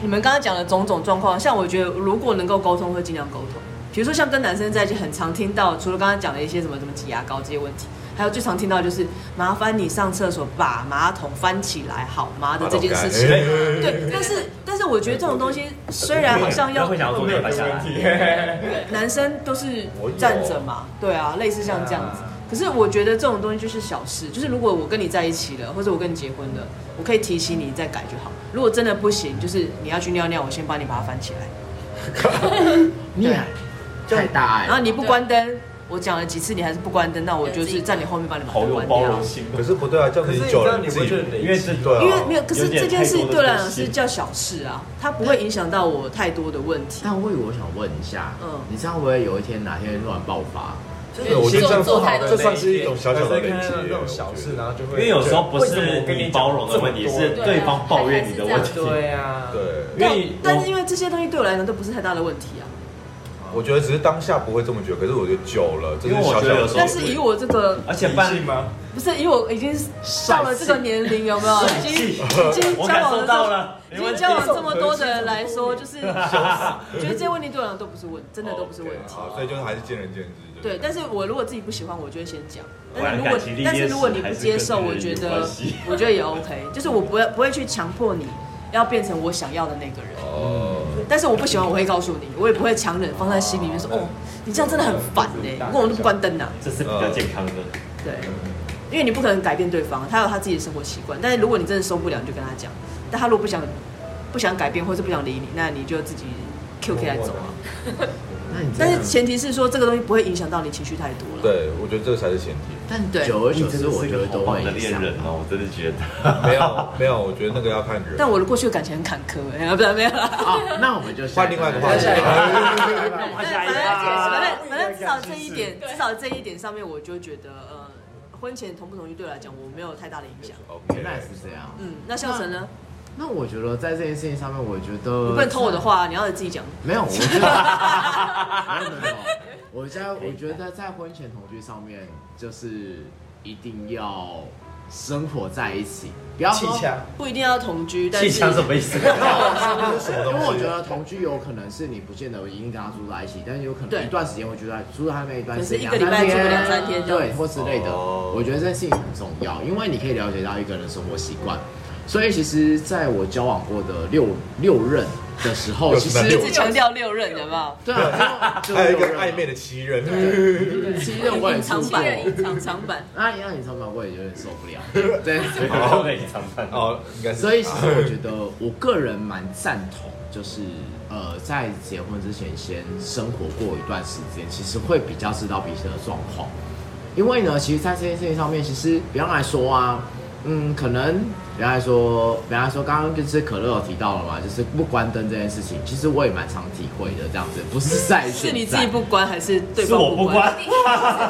[SPEAKER 4] 你们刚刚讲的种种状况，像我觉得如果能够沟通，会尽量沟通。比如说像跟男生在一起，很常听到，除了刚刚讲的一些什么什么挤牙膏这些问题，还有最常听到就是麻烦你上厕所把马桶翻起来好吗的这件事情。
[SPEAKER 2] 哎
[SPEAKER 4] 对，但是但是我觉得这种东西虽然好像要
[SPEAKER 6] 会想要做
[SPEAKER 5] 没有
[SPEAKER 6] 点
[SPEAKER 5] 这
[SPEAKER 6] 白
[SPEAKER 5] 个
[SPEAKER 6] 下来
[SPEAKER 5] 问。题。
[SPEAKER 4] 男生都是站着嘛，对啊，类似像这样子。可是我觉得这种东西就是小事，就是如果我跟你在一起了，或者我跟你结婚了，我可以提醒你再改就好。如果真的不行，就是你要去尿尿，我先帮你把它翻起来。
[SPEAKER 3] 你也太大爱
[SPEAKER 6] 哎
[SPEAKER 4] 然后
[SPEAKER 3] 了，
[SPEAKER 4] 你不关灯，我讲了几次你还是不关灯，那我就是在你后面帮你把它
[SPEAKER 6] 好有
[SPEAKER 4] 关
[SPEAKER 6] 包
[SPEAKER 4] 掉
[SPEAKER 6] 容。性哦，
[SPEAKER 2] 可是不对啊，这样
[SPEAKER 5] 可
[SPEAKER 2] 子
[SPEAKER 5] 是你
[SPEAKER 2] 久
[SPEAKER 5] 这
[SPEAKER 2] 了
[SPEAKER 5] 样你
[SPEAKER 2] 自
[SPEAKER 5] 不
[SPEAKER 2] 己
[SPEAKER 5] 觉得累积？
[SPEAKER 6] 因为自
[SPEAKER 2] 对啊，
[SPEAKER 4] 因为没有，可是
[SPEAKER 6] 有点
[SPEAKER 4] 这件事
[SPEAKER 6] 太多的
[SPEAKER 4] 对我来
[SPEAKER 6] 东
[SPEAKER 4] 讲
[SPEAKER 6] 西
[SPEAKER 4] 是叫小事啊，它不会影响到我太多的问题。
[SPEAKER 3] 但魏，我想问一下，
[SPEAKER 4] 嗯
[SPEAKER 3] 你这样会不会有一天哪天突然爆发？
[SPEAKER 2] 对我觉得这样不好，这算是一种小小的累积。
[SPEAKER 5] 这种小事，然后就
[SPEAKER 6] 因
[SPEAKER 5] 会
[SPEAKER 6] 为有时候不是你包容的问题，是对方抱怨你的问题。
[SPEAKER 5] 对啊，
[SPEAKER 2] 对，
[SPEAKER 6] 因为
[SPEAKER 4] 但
[SPEAKER 6] 你
[SPEAKER 4] 但是因为这些东西对我来讲都不是太大的问题啊。
[SPEAKER 2] 我觉得只是当下不会这么觉得，可是我觉得久了，这是
[SPEAKER 6] 因为我
[SPEAKER 2] 小
[SPEAKER 6] 觉
[SPEAKER 2] 小
[SPEAKER 6] 得有
[SPEAKER 2] 的
[SPEAKER 6] 时候。
[SPEAKER 4] 但是以我这个
[SPEAKER 6] 而且办
[SPEAKER 5] 理性 吗？
[SPEAKER 4] 不是，因为我已经到了这个年龄，有没 有？已经已经
[SPEAKER 6] 我
[SPEAKER 4] 交
[SPEAKER 6] 感
[SPEAKER 4] 往
[SPEAKER 6] 受
[SPEAKER 4] 了
[SPEAKER 6] 到
[SPEAKER 4] 这
[SPEAKER 6] 了，
[SPEAKER 4] 已
[SPEAKER 6] 没问
[SPEAKER 4] 经
[SPEAKER 6] 题
[SPEAKER 4] 交往这么多的人来 说，就是觉得这些问题对我来讲都不是问，真的都不是问
[SPEAKER 6] 啊
[SPEAKER 4] 题。
[SPEAKER 2] 好，所以就是还是见仁见智。
[SPEAKER 4] 对，但是我如果自己不喜欢，我就会先讲。
[SPEAKER 6] 果
[SPEAKER 4] 但
[SPEAKER 6] 然
[SPEAKER 4] 是如果
[SPEAKER 6] 感情历练
[SPEAKER 4] 但是如果你不接受，
[SPEAKER 6] 还是
[SPEAKER 4] 我
[SPEAKER 6] 跟别
[SPEAKER 4] 觉
[SPEAKER 6] 人有
[SPEAKER 4] 得
[SPEAKER 6] 关系
[SPEAKER 4] 我觉得也 OK，就是我不会不会去强迫你要变成我想要的那个人。
[SPEAKER 2] 哦，
[SPEAKER 4] 但是我不喜欢，我会告诉你，我也不会强忍放在心里面说，哦，你这样真的很烦哎、你跟我都不关灯呐、
[SPEAKER 6] 这是比较健康的。
[SPEAKER 4] 对，因为你不可能改变对方，他有他自己的生活习惯。但是如果你真的受不了，你就跟他讲。但他如果不想不想改变，或是不想理你，那你就自己 QK 来走啊。
[SPEAKER 3] 那你
[SPEAKER 4] 但
[SPEAKER 3] 真
[SPEAKER 4] 是
[SPEAKER 3] 的，
[SPEAKER 4] 前提是说，这个东西不会影响到你情绪太多了。
[SPEAKER 2] 对，我觉得这才是前提。
[SPEAKER 3] 但
[SPEAKER 4] 对
[SPEAKER 3] 久而久
[SPEAKER 6] 你真
[SPEAKER 3] 之，
[SPEAKER 6] 的
[SPEAKER 3] 我
[SPEAKER 6] 是一
[SPEAKER 3] 觉
[SPEAKER 6] 个
[SPEAKER 3] 得
[SPEAKER 6] 好
[SPEAKER 3] 都
[SPEAKER 6] 棒
[SPEAKER 3] 会
[SPEAKER 6] 的
[SPEAKER 3] 影
[SPEAKER 6] 恋
[SPEAKER 3] 响
[SPEAKER 6] 人。哦，我真的觉得。
[SPEAKER 2] 没有没有，我觉得那个要看人。
[SPEAKER 4] 但我的过去的感情很坎坷、哎，啊不是没有啦。
[SPEAKER 3] 好，哦那我们就下
[SPEAKER 2] 换另外一个
[SPEAKER 3] 再
[SPEAKER 2] 话题
[SPEAKER 3] 下一。个
[SPEAKER 6] 下一
[SPEAKER 4] 反正反
[SPEAKER 6] 个
[SPEAKER 4] 正
[SPEAKER 6] 吧
[SPEAKER 4] 反正反正至少这一点，至少这一点上面，我就觉得呃，婚前同不同意对我来讲，我没有太大的影响。
[SPEAKER 2] OK，
[SPEAKER 3] 原来是这样。
[SPEAKER 4] 嗯，那孝成呢？
[SPEAKER 3] 那我觉得在这件事情上面，我觉
[SPEAKER 4] 你
[SPEAKER 3] 得
[SPEAKER 4] 不能偷我的话，你要自己讲。
[SPEAKER 3] 没有，我 觉得没有没有。我在我觉得在婚前同居上面，就是一定要生活在一起，不要
[SPEAKER 5] 气
[SPEAKER 3] 说
[SPEAKER 5] 枪，
[SPEAKER 4] 不一定要同居，但
[SPEAKER 6] 气
[SPEAKER 4] 是
[SPEAKER 6] 枪什么意 思？
[SPEAKER 3] 因为我觉得同居有可能是你不见得一定跟他住在一起，但是有可
[SPEAKER 4] 对
[SPEAKER 3] 能一段时间会住在住在他那一段
[SPEAKER 4] 可
[SPEAKER 3] 时
[SPEAKER 4] 是
[SPEAKER 3] 间，
[SPEAKER 4] 一个礼拜住个两三天这样
[SPEAKER 3] 对，或之类的。
[SPEAKER 2] 哦
[SPEAKER 3] 我觉得这件事情很重要，因为你可以了解到一个人的生活习惯。所以其实，在我交往过的六六任的时候，
[SPEAKER 2] 又
[SPEAKER 3] 其
[SPEAKER 2] 是那
[SPEAKER 3] 实
[SPEAKER 2] 六
[SPEAKER 4] 一直强调六任，好不好？
[SPEAKER 3] 对啊，因为
[SPEAKER 2] 还有一
[SPEAKER 3] 就
[SPEAKER 2] 个
[SPEAKER 3] 是六任
[SPEAKER 2] 暧昧的奇人，
[SPEAKER 3] 其实我也
[SPEAKER 4] 隐
[SPEAKER 3] 出
[SPEAKER 4] 藏
[SPEAKER 3] 过，
[SPEAKER 4] 版，隐藏藏版。
[SPEAKER 3] 那一样隐藏版我也有点受不了。 对，
[SPEAKER 6] 好，可以常看。
[SPEAKER 2] 哦，应该是。
[SPEAKER 3] 所以其实我觉得我个人蛮赞同，就是呃，在结婚之前先生活过一段时间，其实会比较知道彼此的状况。因为呢，其实，在这件事情上面，其实比方来说啊，嗯，可能比方来说，比方来说，刚刚就是可乐有提到了嘛，就是不关灯这件事情，其实我也蛮常体会的，这样子，不是在
[SPEAKER 4] 是
[SPEAKER 3] 现
[SPEAKER 4] 你自
[SPEAKER 3] 在
[SPEAKER 4] 己不关还是对
[SPEAKER 6] 是
[SPEAKER 4] 方
[SPEAKER 6] 我不
[SPEAKER 4] 关？
[SPEAKER 6] 关，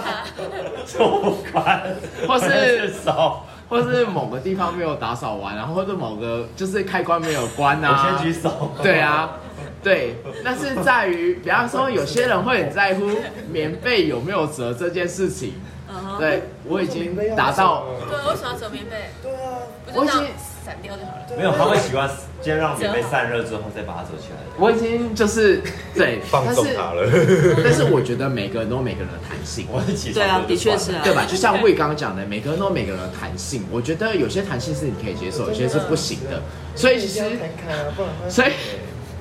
[SPEAKER 6] 是我不关，
[SPEAKER 3] 或是
[SPEAKER 6] 少。
[SPEAKER 3] 或是某个地方没有打扫完，然后或者某个就是开关没有关
[SPEAKER 6] 我
[SPEAKER 3] 啊，
[SPEAKER 6] 先举手。
[SPEAKER 3] 对啊，对，那是在于，比方说有些人会很在乎棉被有没有折这件事情。
[SPEAKER 4] 嗯哼
[SPEAKER 3] 对，我已经达到，
[SPEAKER 1] 对，啊为什么要折棉被？对啊，不
[SPEAKER 3] 我
[SPEAKER 1] 是这
[SPEAKER 3] 已经
[SPEAKER 1] 样散掉就好了。
[SPEAKER 6] 没有，他会喜欢先让棉被散热之后再把它折起来。
[SPEAKER 3] 我已经就是对，
[SPEAKER 2] 放
[SPEAKER 3] 但
[SPEAKER 2] 纵
[SPEAKER 3] 是
[SPEAKER 2] 他了，
[SPEAKER 3] 但是我觉得每个人都有每个人的弹性。
[SPEAKER 6] 我是起
[SPEAKER 4] 对啊，的确是啊。
[SPEAKER 3] 对 吧？就像魏刚讲的，每个人都有每个人的弹性。我觉得有些弹性是你可以接受，有些是不行的。所以其实，
[SPEAKER 4] 啊
[SPEAKER 3] 所以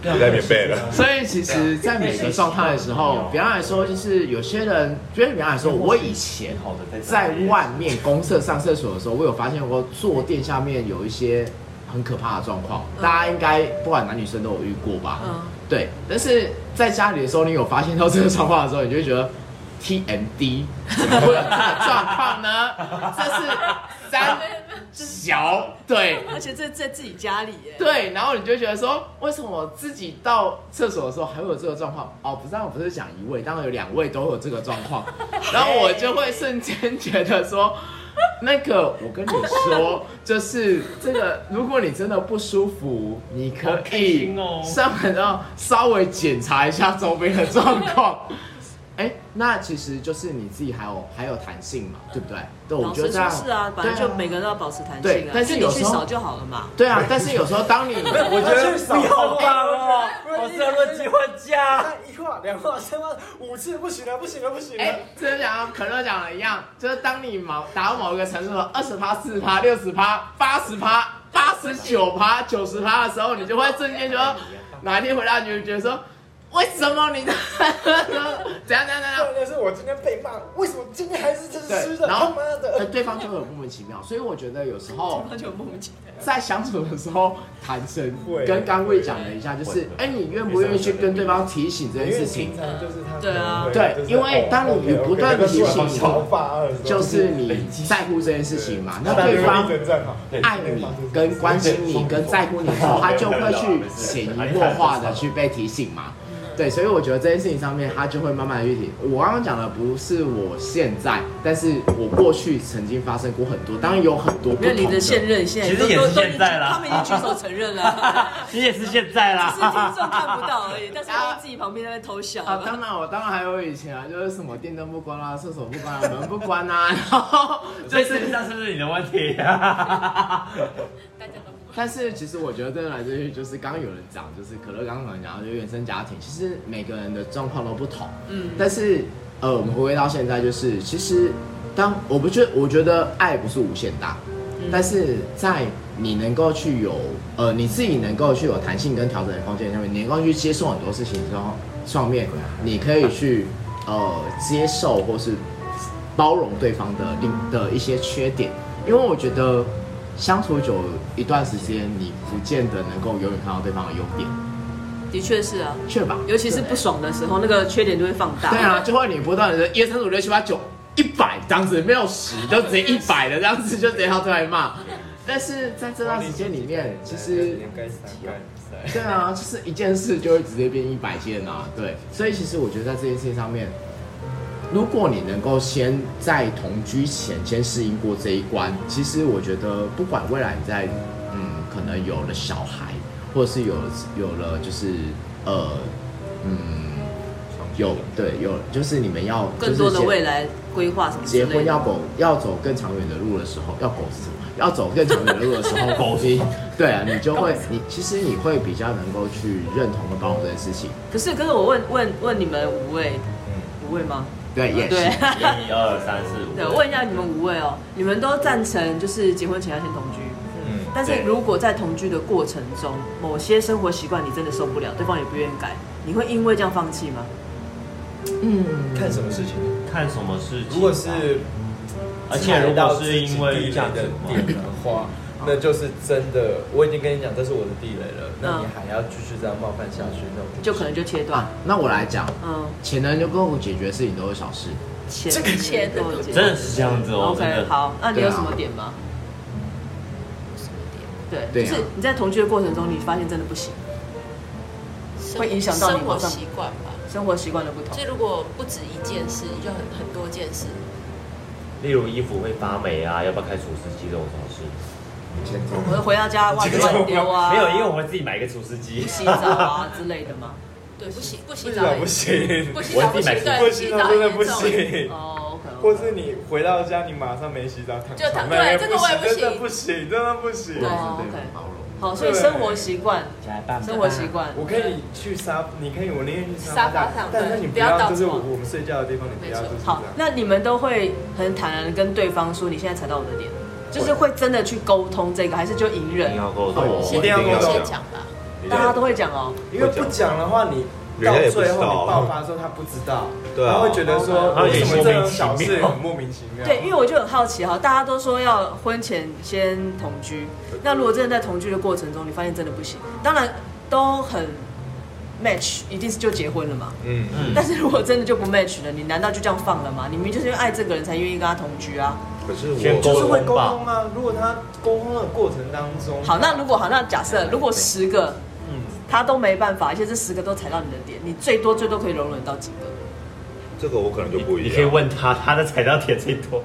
[SPEAKER 2] 你在棉被了。
[SPEAKER 3] 所以其实，在每个状态的时候，比方来说，就是有些人，就是比方来说，我以前哦
[SPEAKER 6] 好的，
[SPEAKER 3] 在外面公厕上厕所的时候，我有发现过坐垫下面有一些很可怕的状况，
[SPEAKER 4] 嗯
[SPEAKER 3] 大家应该不管男女生都有遇过吧？
[SPEAKER 4] 嗯
[SPEAKER 3] 对。但是在家里的时候，你有发现到这个状况的时候，你就会觉得 TMD 怎么会有这个状况呢？这是三小对。
[SPEAKER 4] 而且这在自己家里耶。
[SPEAKER 3] 对，然后你就会觉得说，为什么我自己到厕所的时候还会有这个状况？哦，不是，我不 是讲一位，当然有两位都有这个状况，然后我就会瞬间觉得说，那个，我跟你说，就是这个，如果你真的不舒服，你可以上门要稍微检查一下周边的状 况。哎、那其实就是你自己还有还有弹性嘛，对不对？对，我
[SPEAKER 1] 老
[SPEAKER 3] 觉得
[SPEAKER 1] 师
[SPEAKER 3] 这
[SPEAKER 1] 说
[SPEAKER 3] 样
[SPEAKER 1] 是啊，本来就每个人都要保持弹性
[SPEAKER 3] 对
[SPEAKER 1] 啊，
[SPEAKER 3] 但是
[SPEAKER 1] 就
[SPEAKER 3] 有
[SPEAKER 1] 你去
[SPEAKER 3] 时候
[SPEAKER 1] 扫就好了嘛。
[SPEAKER 3] 对啊，但是有时候 当你
[SPEAKER 5] 我觉得
[SPEAKER 6] 你好棒哦！我
[SPEAKER 5] 我
[SPEAKER 6] 是论及婚家，
[SPEAKER 5] 一话、两话、三话、五次，不行了，不行了，不行了。
[SPEAKER 3] 哎，真的讲可乐讲的一样，就是当你某达到某一个程度的二十趴、四十趴、六十趴、八十趴、八十九趴、九十趴的时候，你就会瞬间觉得，哪一天回到你就觉得说，为什么你怎样怎 样怎样？
[SPEAKER 5] 但是我今天被骂，为什么今天还是这
[SPEAKER 3] 对
[SPEAKER 5] 湿，的？
[SPEAKER 3] 然
[SPEAKER 5] 他
[SPEAKER 3] 后
[SPEAKER 5] 妈
[SPEAKER 3] 呃
[SPEAKER 5] 的！
[SPEAKER 3] 对方就会很莫名其妙，所以我觉得有时候
[SPEAKER 1] 那就莫名其妙。
[SPEAKER 3] 在相处的时候谈生
[SPEAKER 5] 会，
[SPEAKER 3] 跟刚魏讲了一下，就是哎，你愿不愿意去跟对方提醒这件事情？
[SPEAKER 5] 常就是他
[SPEAKER 1] 对啊
[SPEAKER 3] 对因为当你不断地提醒以后就是你在乎这件事情嘛，那对方爱你、跟关心你、跟在乎你的时候，他就会去潜移默化的去被提醒嘛。对，所以我觉得这件事情上面，他就会慢慢的去提。我刚刚讲的不是我现在，但是我过去曾经发生过很多，当然有很多不
[SPEAKER 1] 没有
[SPEAKER 3] 同
[SPEAKER 1] 你的现任现在
[SPEAKER 6] 其实也是现在啦
[SPEAKER 1] 都都都已经他们已经举手承认 了，
[SPEAKER 6] 你也是现在
[SPEAKER 1] 只是听
[SPEAKER 6] 啦。
[SPEAKER 1] 众看不到 而已，但是他们自己旁边在那边偷笑。
[SPEAKER 3] 啊，当然我当然还有以前啊，就是什么电灯不关啊，厕所不关啊，门不关啊，然后就
[SPEAKER 6] 所以
[SPEAKER 3] 是
[SPEAKER 6] 事实上是不是你的问题啊？
[SPEAKER 4] 大家都不
[SPEAKER 3] 但是其实我觉得真的来自于就是刚刚有人讲，就是可乐刚刚讲，就是原生家庭，其实每个人的状况都不同。嗯，但是呃，我们回归到现在，就是其实当我不觉得，我觉得爱不是无限大，但是在你能够去有呃你自己能够去有弹性跟调整的空间上面，你能够去接受很多事情之后，上面你可以去呃接受或是包容对方的另的一些缺点，因为我觉得相处久一段时间，你不见得能够永远看到对方的优点，
[SPEAKER 1] 的确是啊，
[SPEAKER 3] 确吧？
[SPEAKER 1] 尤其是不爽的时候，那个缺点就会放大。
[SPEAKER 3] 对啊，就会你不断的一二三四五六七八九一百这样子，没有十就直接一百的这样子，就直接要对来骂。但是在这段时间里面，其实
[SPEAKER 5] 该三
[SPEAKER 3] 对啊，就是一件事就会直接变一百件啊，对。所以其实我觉得在这件事情上面，如果你能够先在同居前先适应过这一关，其实我觉得不管未来你在嗯，可能有了小孩，或者是有有了就是呃嗯有对有就是你们要
[SPEAKER 1] 更多
[SPEAKER 3] 就
[SPEAKER 1] 的
[SPEAKER 3] 是结
[SPEAKER 1] 未来规划什么之
[SPEAKER 3] 结
[SPEAKER 1] 类的
[SPEAKER 3] 婚要走要走更长远的路的时候，要狗是什么？要走更长远的路的时候， 狗你对啊，你就会你其实你会比较能够去认同跟包容这件事情，
[SPEAKER 1] 可是，可是我问问问你们五位，五位吗？
[SPEAKER 3] 对也
[SPEAKER 1] 啊对
[SPEAKER 3] 是。
[SPEAKER 6] 一二三四五
[SPEAKER 1] 对，问一下你们五位哦，你们都赞成就是结婚前要先同居，
[SPEAKER 2] 嗯，
[SPEAKER 1] 但是
[SPEAKER 6] 对
[SPEAKER 1] 如果在同居的过程中，某些生活习惯你真的受不了，对方也不愿意改，你会因为这样放弃吗？
[SPEAKER 5] 看什么事情？
[SPEAKER 6] 看什么事情啊？
[SPEAKER 5] 如果是
[SPEAKER 6] 而且如果是因为
[SPEAKER 5] 这样的点的话，那就是真的，我已经跟你讲这是我的地雷了，
[SPEAKER 3] 嗯
[SPEAKER 5] 那你还要继续这样冒犯下去，那我
[SPEAKER 1] 就可能就切断
[SPEAKER 3] 啊，，那我来讲，
[SPEAKER 1] 嗯，
[SPEAKER 3] 潜能就跟我解决事情都是小事。
[SPEAKER 1] 切
[SPEAKER 4] 这个切的
[SPEAKER 1] 都有
[SPEAKER 4] 都
[SPEAKER 1] 结
[SPEAKER 6] 真的是这样子哦，真
[SPEAKER 1] 哦 OK，
[SPEAKER 6] 的。
[SPEAKER 1] 好，那你有
[SPEAKER 3] 对啊
[SPEAKER 1] 什么点吗？对，
[SPEAKER 3] 对
[SPEAKER 1] 就
[SPEAKER 3] 啊
[SPEAKER 1] 是你在同居的过程中，你发现真的不行，会影响到你
[SPEAKER 4] 生活
[SPEAKER 1] 晚上
[SPEAKER 4] 习惯吧。
[SPEAKER 1] 生活习惯的不同
[SPEAKER 4] 所以。如果不止一件事，你就很很多件事。
[SPEAKER 6] 例如衣服会发霉啊，要不要开除湿机这种小事？
[SPEAKER 1] 我回到家袜子乱丢啊，
[SPEAKER 6] 没有，因为我会自己买一个除湿机
[SPEAKER 1] 不。洗澡啊之类的吗？
[SPEAKER 4] 对，不洗不洗
[SPEAKER 5] 不
[SPEAKER 4] 澡
[SPEAKER 5] 行
[SPEAKER 4] 也
[SPEAKER 5] 不行，
[SPEAKER 4] 不洗澡不
[SPEAKER 6] 我自己
[SPEAKER 4] 行，
[SPEAKER 6] 买
[SPEAKER 4] 对，
[SPEAKER 5] 不洗澡真的不
[SPEAKER 4] 洗也 严重。
[SPEAKER 5] 行。
[SPEAKER 1] 哦，OK，
[SPEAKER 5] 或是你回到家，你马上没洗澡，躺
[SPEAKER 4] 就
[SPEAKER 5] 床
[SPEAKER 4] 躺
[SPEAKER 5] 那边
[SPEAKER 4] 对这个我也不
[SPEAKER 5] 真的
[SPEAKER 4] 行
[SPEAKER 5] 不行，真的不行。
[SPEAKER 1] 对哦
[SPEAKER 3] 对
[SPEAKER 1] OK
[SPEAKER 3] 包容。
[SPEAKER 1] 好，所以生活习惯，生活习惯，
[SPEAKER 5] 我可以去沙，你可以，我宁愿去
[SPEAKER 4] 沙
[SPEAKER 5] 沙
[SPEAKER 4] 发
[SPEAKER 5] 发
[SPEAKER 4] 上
[SPEAKER 5] 上，但是
[SPEAKER 4] 对
[SPEAKER 5] 你
[SPEAKER 4] 不
[SPEAKER 5] 不
[SPEAKER 4] 要
[SPEAKER 5] 要
[SPEAKER 4] 到
[SPEAKER 5] 就是
[SPEAKER 4] 床
[SPEAKER 5] 我我们睡觉的地方，你不要
[SPEAKER 4] 没
[SPEAKER 5] 就
[SPEAKER 4] 错
[SPEAKER 5] 是这
[SPEAKER 1] 好
[SPEAKER 5] 样，。
[SPEAKER 1] 那你们都会很坦然地跟对方说你现在踩到我的点，就是会真的去沟通这个，还是就隐
[SPEAKER 6] 一定
[SPEAKER 1] 忍？
[SPEAKER 6] 要沟
[SPEAKER 3] 哦
[SPEAKER 6] 通。
[SPEAKER 5] 一定要沟
[SPEAKER 4] 先
[SPEAKER 5] 通，
[SPEAKER 4] 讲吧，
[SPEAKER 1] 大家都会讲哦，
[SPEAKER 5] 因为不讲的话，你
[SPEAKER 2] 人
[SPEAKER 5] 到
[SPEAKER 2] 家也不
[SPEAKER 5] 最
[SPEAKER 2] 知道
[SPEAKER 5] 后你爆发的时候，他不知道，
[SPEAKER 2] 对啊
[SPEAKER 5] 他会觉得说
[SPEAKER 6] 他
[SPEAKER 5] 为
[SPEAKER 6] 也
[SPEAKER 5] 什么
[SPEAKER 6] 莫名
[SPEAKER 5] 这种
[SPEAKER 6] 其
[SPEAKER 5] 小事
[SPEAKER 6] 妙
[SPEAKER 5] 很莫名其妙。
[SPEAKER 1] 对，啊因为我就很好奇哈，大家都说要婚前先同居，那如果真的在同居的过程中，你发现真的不行，当然都很 match，一定是就结婚了嘛。
[SPEAKER 2] 嗯，
[SPEAKER 6] 嗯
[SPEAKER 1] 但是如果真的就不 match 了，你难道就这样放了吗？你明明就是因为爱这个人才愿意跟他同居啊。
[SPEAKER 2] 可是
[SPEAKER 6] 先
[SPEAKER 2] 我
[SPEAKER 5] 就是会沟
[SPEAKER 6] 沟通吧
[SPEAKER 5] 通啊。如果他沟通的过程当中，
[SPEAKER 1] 好，那如果好，那假设如果十个
[SPEAKER 5] 嗯，
[SPEAKER 1] 他都没办法，而且这十个都踩到你的点，你最多最多可以容忍到几个？
[SPEAKER 2] 这个我可能就
[SPEAKER 6] 你
[SPEAKER 2] 不一样。
[SPEAKER 6] 你可以问他，他的踩到铁最多。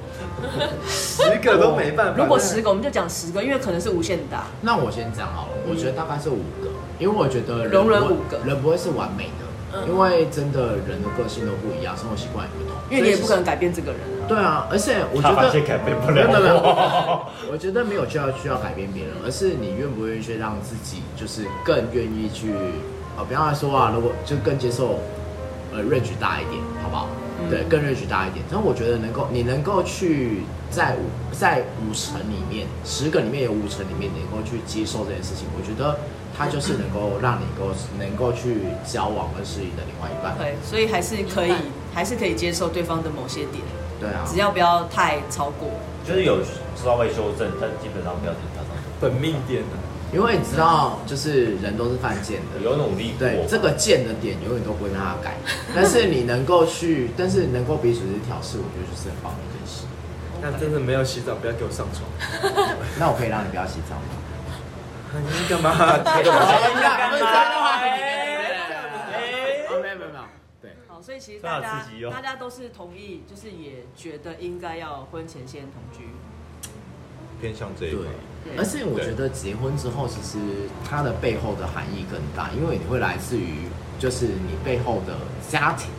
[SPEAKER 5] 十个都没办法。
[SPEAKER 1] 如果十个，我们就讲十个，因为可能是无限大。
[SPEAKER 3] 那我先讲好了，我觉得大概是五个，因为我觉得人
[SPEAKER 1] 嗯容忍
[SPEAKER 3] 不会
[SPEAKER 1] 五个
[SPEAKER 3] 人不会是完美的，
[SPEAKER 4] 嗯
[SPEAKER 3] 因为真的人的个性都不一样，生活习惯也不同，
[SPEAKER 1] 因为你也不可
[SPEAKER 3] 能。
[SPEAKER 1] 能改变这个人啊。
[SPEAKER 3] 对啊，而且我
[SPEAKER 6] 他
[SPEAKER 3] 觉
[SPEAKER 6] 发
[SPEAKER 3] 得
[SPEAKER 6] 现改变不
[SPEAKER 3] 没有没有没有
[SPEAKER 6] 了。
[SPEAKER 3] 我觉得没有需要需要改变别人，而是你愿不愿意去让自己就是更愿意去，呃，不要来说啊，如果就更接受，呃，range 大一点，好不好？对，更 range 大一点。但我觉得能够，你能够去在五在五成里面，十个里面有五成里面能够去接受这件事情，我觉得它就是能够让你够能够去交往跟适应的另外一半。
[SPEAKER 1] 对，所以还是可以
[SPEAKER 4] 明白，
[SPEAKER 1] 还是可以接受对方的某些点，
[SPEAKER 3] 对啊，
[SPEAKER 1] 只要不要太超过。
[SPEAKER 6] 就是有稍微修正，但基本上不要点他上
[SPEAKER 5] 本命点呢、
[SPEAKER 3] 因为你知道，就是人都是犯贱的。
[SPEAKER 6] 有努力过。
[SPEAKER 3] 对，这个贱的点永远都不会让他改，但是你能够去，但是能够彼此去调试，我觉得就是很棒的一件事。
[SPEAKER 5] 那真的没有洗澡，不要给我上床。
[SPEAKER 3] 那我可以让你不要洗澡吗？
[SPEAKER 5] 啊你在 干嘛？
[SPEAKER 3] 哦，没有没有没有，对，
[SPEAKER 1] 好，所以其实
[SPEAKER 6] 那
[SPEAKER 1] 大
[SPEAKER 6] 好
[SPEAKER 1] 家
[SPEAKER 6] 刺激哦
[SPEAKER 1] 大家都是同意，就是也觉得应该要婚前先同居。
[SPEAKER 2] 偏向这一块
[SPEAKER 3] 对。。而且我觉得结婚之后，其实它的背后的含义更大，因为你会来自于就是你背后的家庭，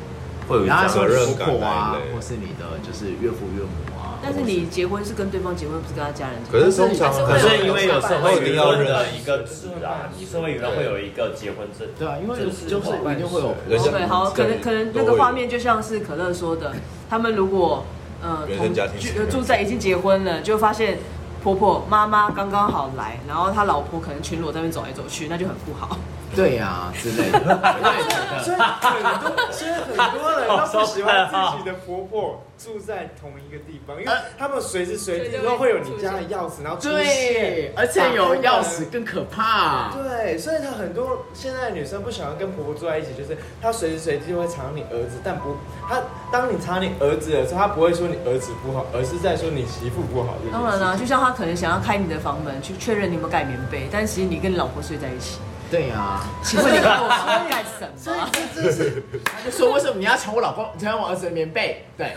[SPEAKER 6] 会有一
[SPEAKER 3] 然后
[SPEAKER 6] 张
[SPEAKER 3] 说
[SPEAKER 2] 责任
[SPEAKER 3] 你
[SPEAKER 2] 感
[SPEAKER 3] 婆婆啊
[SPEAKER 2] 那一，类
[SPEAKER 3] 或是你的就是岳父岳母啊。
[SPEAKER 1] 但是你结婚是跟对方结婚，不是跟他家人结婚。
[SPEAKER 2] 可是通常
[SPEAKER 4] 还是
[SPEAKER 2] 可
[SPEAKER 6] 可
[SPEAKER 4] 会
[SPEAKER 6] 是因为有社会舆论的一个指啊，你社会舆论会有一个结婚证，
[SPEAKER 3] 对啊，因为
[SPEAKER 6] 就是
[SPEAKER 3] 就是一定会有
[SPEAKER 2] 人家
[SPEAKER 1] OK，好，可能可能那个画面就像是可乐说的，他们如果呃
[SPEAKER 2] 原生家庭
[SPEAKER 1] 同居住在已经结婚了，就发现婆婆妈妈刚刚好来，然后他老婆可能全裸在那边走来走去，那就很不好。
[SPEAKER 3] 对啊之类的。
[SPEAKER 5] 所以很多，所以很多人都不喜欢自己的婆婆住在同一个地方，因为他们随时随地都会有你家的钥匙，然后出现
[SPEAKER 3] 对，而且有钥匙更可怕。
[SPEAKER 5] 对，所以她很多现在的女生不想要跟婆婆住在一起，就是她随时随地就会查你儿子，但不，她当你查你儿子的时候，她不会说你儿子不好，而是在说你媳妇不好。
[SPEAKER 1] 当 然啦、啊就像他可能想要开你的房门去确认你有没有盖棉被，但其实你跟老婆睡在一起，
[SPEAKER 3] 对啊，
[SPEAKER 1] 请问你 跟我老婆干什
[SPEAKER 5] 所以
[SPEAKER 1] 么？
[SPEAKER 5] 这这是
[SPEAKER 3] 他就说为什么你要抢我老公，抢我儿子的棉被？对，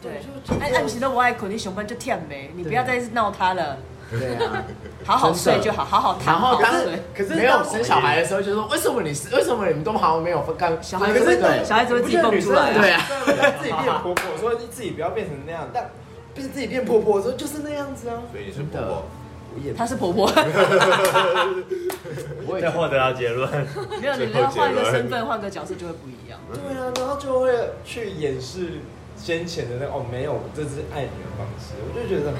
[SPEAKER 1] 对，哎，按起都不爱捆，你熊班就舔呗，你不要再闹他了，
[SPEAKER 3] 对啊。
[SPEAKER 1] 好好睡
[SPEAKER 3] 真的
[SPEAKER 1] 就好，好好谈，
[SPEAKER 3] 然
[SPEAKER 1] 好
[SPEAKER 3] 后
[SPEAKER 1] 好
[SPEAKER 3] 当
[SPEAKER 1] 睡。
[SPEAKER 5] 可是
[SPEAKER 3] 没有
[SPEAKER 5] 当
[SPEAKER 3] 生小孩的时候，就说为什么你是为什么你们都好像没有分干
[SPEAKER 1] 小孩
[SPEAKER 3] 对
[SPEAKER 1] 子
[SPEAKER 3] 对对
[SPEAKER 1] 小孩子会自己蹦出来啊
[SPEAKER 3] 对啊
[SPEAKER 5] 不要自己变婆婆，我说自己不要变成那样，但变自己变婆婆的时候就是那样子啊。
[SPEAKER 2] 所以你是婆婆，
[SPEAKER 5] 我也
[SPEAKER 1] 她是婆 婆，
[SPEAKER 3] 我也
[SPEAKER 6] 再获得到结论。
[SPEAKER 1] 没有，你要换一个身份，换个角色就会不一样。
[SPEAKER 5] 对啊，然后就会去掩饰先前的那哦，没有，我这是爱你的方式，我就觉得。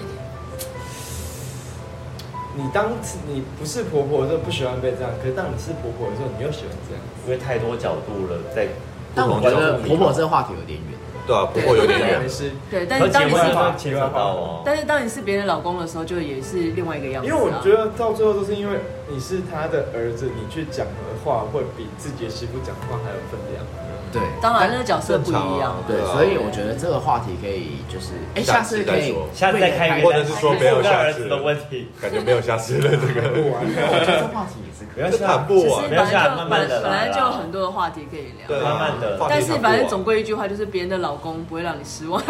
[SPEAKER 5] 你当你不是婆婆的时候不喜欢被这样，可是当你是婆婆的时候，你又喜欢这样。
[SPEAKER 6] 因为太多角度了，在
[SPEAKER 3] 但我觉得婆婆这个话题有点远。
[SPEAKER 2] 对啊，婆婆有点
[SPEAKER 5] 没
[SPEAKER 2] 远。
[SPEAKER 5] 事，
[SPEAKER 1] 对，但
[SPEAKER 6] 和
[SPEAKER 1] 是
[SPEAKER 6] 结
[SPEAKER 1] 当
[SPEAKER 6] 婚
[SPEAKER 1] 你是
[SPEAKER 6] 的话牵扯到哦。
[SPEAKER 1] 但是当你是别人的老公的时候，就也是另外一个样子、
[SPEAKER 5] 因
[SPEAKER 1] 啊。
[SPEAKER 5] 为我觉得到最后都是因为你是她的儿子，你去讲的话会比自己的媳妇讲的话还有分量。
[SPEAKER 3] 对，
[SPEAKER 1] 当然那个角色不一
[SPEAKER 2] 正常
[SPEAKER 1] 样
[SPEAKER 2] 啊。
[SPEAKER 3] 对，所以我觉得这个话题可以就是，哎，
[SPEAKER 2] 下
[SPEAKER 3] 下
[SPEAKER 2] 次
[SPEAKER 3] 次可
[SPEAKER 2] 再
[SPEAKER 3] 以
[SPEAKER 2] 说
[SPEAKER 6] 下次再开一个
[SPEAKER 2] 或者是说没有下
[SPEAKER 6] 儿
[SPEAKER 2] 次
[SPEAKER 6] 子
[SPEAKER 2] 了
[SPEAKER 6] 的问题，
[SPEAKER 2] 感觉没有下次了，这个
[SPEAKER 3] 我觉得这话题也是可以。
[SPEAKER 6] 没关
[SPEAKER 2] 这
[SPEAKER 6] 系啊
[SPEAKER 2] 谈不
[SPEAKER 1] 其
[SPEAKER 2] 完
[SPEAKER 1] 实本
[SPEAKER 6] 没
[SPEAKER 1] 来
[SPEAKER 6] 有
[SPEAKER 1] 就
[SPEAKER 6] 下慢慢的
[SPEAKER 1] 本本来
[SPEAKER 6] 来
[SPEAKER 1] 就有
[SPEAKER 6] 啦
[SPEAKER 1] 很多的话题可以聊，
[SPEAKER 2] 对啊，
[SPEAKER 6] 慢慢的
[SPEAKER 2] 话题
[SPEAKER 1] 但
[SPEAKER 2] 谈
[SPEAKER 1] 是
[SPEAKER 2] 不完啊
[SPEAKER 1] 反正总归一句话，就是别人的老公不会让你失望。
[SPEAKER 6] 我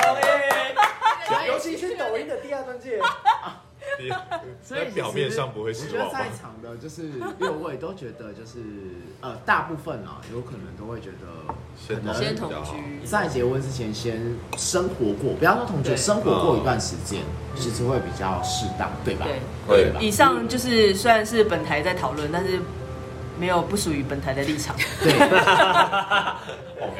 [SPEAKER 6] 同意。
[SPEAKER 1] 哎
[SPEAKER 5] 尤其是抖音的第二段界，
[SPEAKER 3] 所以
[SPEAKER 2] 在表面上不会失望
[SPEAKER 3] 我觉
[SPEAKER 2] 吧
[SPEAKER 3] 得在场的就是六位都觉得就是呃，大部分啊，有可能都会觉得
[SPEAKER 2] 先同
[SPEAKER 1] 先同
[SPEAKER 2] 比较好
[SPEAKER 1] 居，
[SPEAKER 3] 在结婚之前先生活过，不要说同居，
[SPEAKER 1] 对
[SPEAKER 3] 生活过一段时间，其实会比较适当，对吧？
[SPEAKER 1] 对
[SPEAKER 2] 对
[SPEAKER 3] 吧？嗯
[SPEAKER 1] 以上就是虽然是本台在讨论，但是没有不属于本台的立场。
[SPEAKER 3] 对，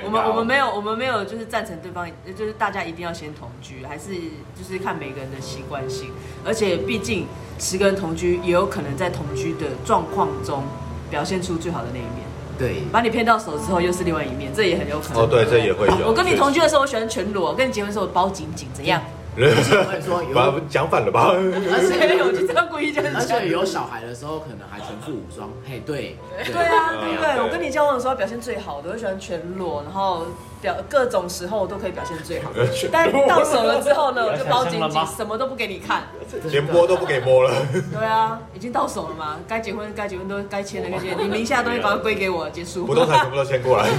[SPEAKER 1] 我们我们没有我们没有就是赞成对方，就是大家一定要先同居，还是就是看每个人的习惯性。而且毕竟十个人同居，也有可能在同居的状况中表现出最好的那一面，
[SPEAKER 3] 对，
[SPEAKER 1] 把你骗到手之后又是另外一面，这也很有可能。
[SPEAKER 2] 哦，对，这也会有。
[SPEAKER 1] 我跟你同居的时候我喜欢全裸，跟你结婚的时候我包紧紧，怎样？
[SPEAKER 3] 我跟你说，
[SPEAKER 2] 把
[SPEAKER 3] 有
[SPEAKER 2] 它讲反了吧？
[SPEAKER 3] 而
[SPEAKER 1] 谁
[SPEAKER 3] 且
[SPEAKER 1] 有就这样故意这样
[SPEAKER 3] 而
[SPEAKER 1] 讲
[SPEAKER 3] 且？有小孩的时候，可能还全副武装。嘿，对，对
[SPEAKER 1] 对啊，对不
[SPEAKER 2] 对啊
[SPEAKER 1] 对？我跟你交往的时候表现最好的，我喜欢全裸，然后表各种时候我都可以表现最好。但到手了之后呢，我就包紧紧，什么都不给你看。
[SPEAKER 2] 连摸都不给摸了，
[SPEAKER 1] 对啊，已经到手了嘛，该结婚该结婚都该签的该签，你名下的东西赶快归给我，结束。
[SPEAKER 2] 不动产全部都迁过来。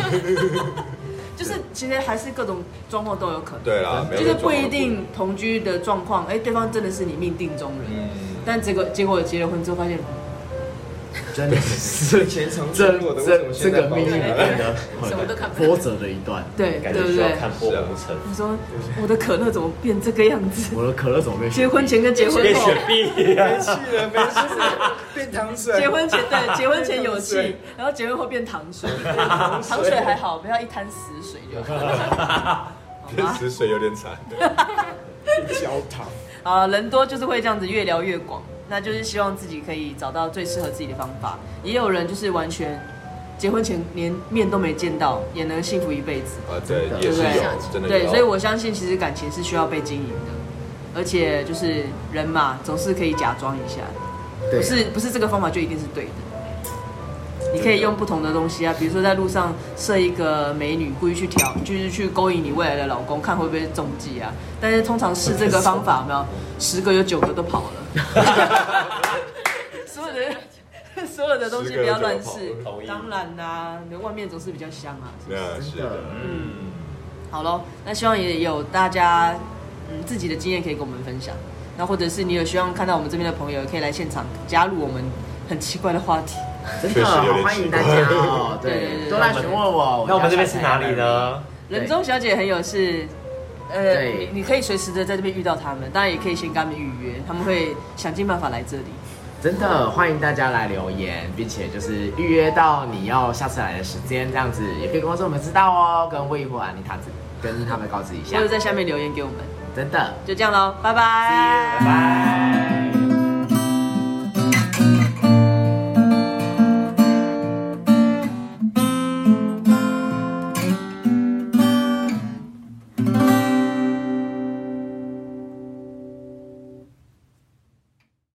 [SPEAKER 1] 就是其实还是各种状况都有可能。
[SPEAKER 2] 对啦，没有
[SPEAKER 1] 就是不一定同居的状况，哎，对方真的是你命定中人，
[SPEAKER 2] 嗯，
[SPEAKER 1] 但结果结果结了婚之后发现，
[SPEAKER 3] 真的是
[SPEAKER 5] 是前程
[SPEAKER 3] 这
[SPEAKER 5] 似我的，为什
[SPEAKER 3] 这这
[SPEAKER 5] 么现在
[SPEAKER 3] 个
[SPEAKER 5] 保
[SPEAKER 3] 命运
[SPEAKER 5] 持
[SPEAKER 3] 变
[SPEAKER 5] 了
[SPEAKER 3] 得
[SPEAKER 4] 什么都看
[SPEAKER 3] 很
[SPEAKER 4] 不到
[SPEAKER 3] 波折的一段。
[SPEAKER 1] 对
[SPEAKER 6] 感
[SPEAKER 1] 对
[SPEAKER 6] 觉
[SPEAKER 1] 不
[SPEAKER 6] 需要
[SPEAKER 1] 对？
[SPEAKER 6] 看
[SPEAKER 2] 啊
[SPEAKER 6] 破红尘。
[SPEAKER 1] 你说我的可乐怎么变这个样子？
[SPEAKER 3] 我的可乐怎么没有
[SPEAKER 1] 结婚前跟结婚
[SPEAKER 6] 变
[SPEAKER 1] 后
[SPEAKER 6] 雪，碧呀、
[SPEAKER 5] 没气了，没气了，变糖水。
[SPEAKER 1] 结婚前对，结婚前有
[SPEAKER 5] 变
[SPEAKER 1] 气
[SPEAKER 5] 糖，
[SPEAKER 1] 然后结婚后变糖水，糖水还好，不要一滩死水就好。好
[SPEAKER 2] 确
[SPEAKER 1] 吧，
[SPEAKER 2] 实水有点惨。
[SPEAKER 5] 焦糖，
[SPEAKER 1] 啊，人多就是会这样子越聊越广，那就是希望自己可以找到最适合自己的方法。也有人就是完全结婚前连面都没见到，也能幸福一辈子。
[SPEAKER 2] 啊，
[SPEAKER 3] 真
[SPEAKER 2] 对，
[SPEAKER 3] 的
[SPEAKER 2] 也是
[SPEAKER 1] 对
[SPEAKER 2] 有，真的有。
[SPEAKER 1] 对，所以我相信其实感情是需要被经营的，而且就是人嘛，总是可以假装一下，
[SPEAKER 3] 对
[SPEAKER 1] 不
[SPEAKER 2] 啊
[SPEAKER 1] 是不是这个方法就一定是对的。你可以用不同的东西啊，比如说在路上设一个美女，故意去挑，就是去勾引你未来的老公，看会不会中计啊。但是通常试这个方法，有没有十个有九个都跑 了。所有的 所有的东西不要乱试
[SPEAKER 2] 十个有九个
[SPEAKER 6] 跑同意，
[SPEAKER 1] 当然啦、你的外面总是比较香啊。是不是
[SPEAKER 2] 那是的，
[SPEAKER 6] 嗯，
[SPEAKER 1] 好喽，那希望也有大家嗯自己的经验可以跟我们分享，那或者是你有希望看到我们这边的朋友，也可以来现场加入我们很奇怪的话题。
[SPEAKER 3] 真
[SPEAKER 2] 确
[SPEAKER 3] 的
[SPEAKER 2] 实有点
[SPEAKER 3] 好欢迎大家哦，
[SPEAKER 1] 对对
[SPEAKER 3] 对，
[SPEAKER 1] 对
[SPEAKER 3] 都来询问我。
[SPEAKER 6] 那我们这
[SPEAKER 3] 要
[SPEAKER 6] 边
[SPEAKER 3] 下
[SPEAKER 6] 是
[SPEAKER 3] 载
[SPEAKER 6] 哪里？呢？
[SPEAKER 1] 人中小姐很有事，呃，
[SPEAKER 3] 对
[SPEAKER 1] 你你可以随时的在这边遇到他们，当然也可以先跟他们预约，他们会想尽办法来这里。
[SPEAKER 3] 真的欢迎大家来留言，并且就是预约到你要下次来的时间，这样子也可以跟观众们知道哦，跟魏一或安妮塔子跟他们告知一
[SPEAKER 1] 或
[SPEAKER 3] 下
[SPEAKER 1] 者。在下面留言给我们，
[SPEAKER 3] 真的，
[SPEAKER 1] 就这样喽，拜拜，
[SPEAKER 3] 拜。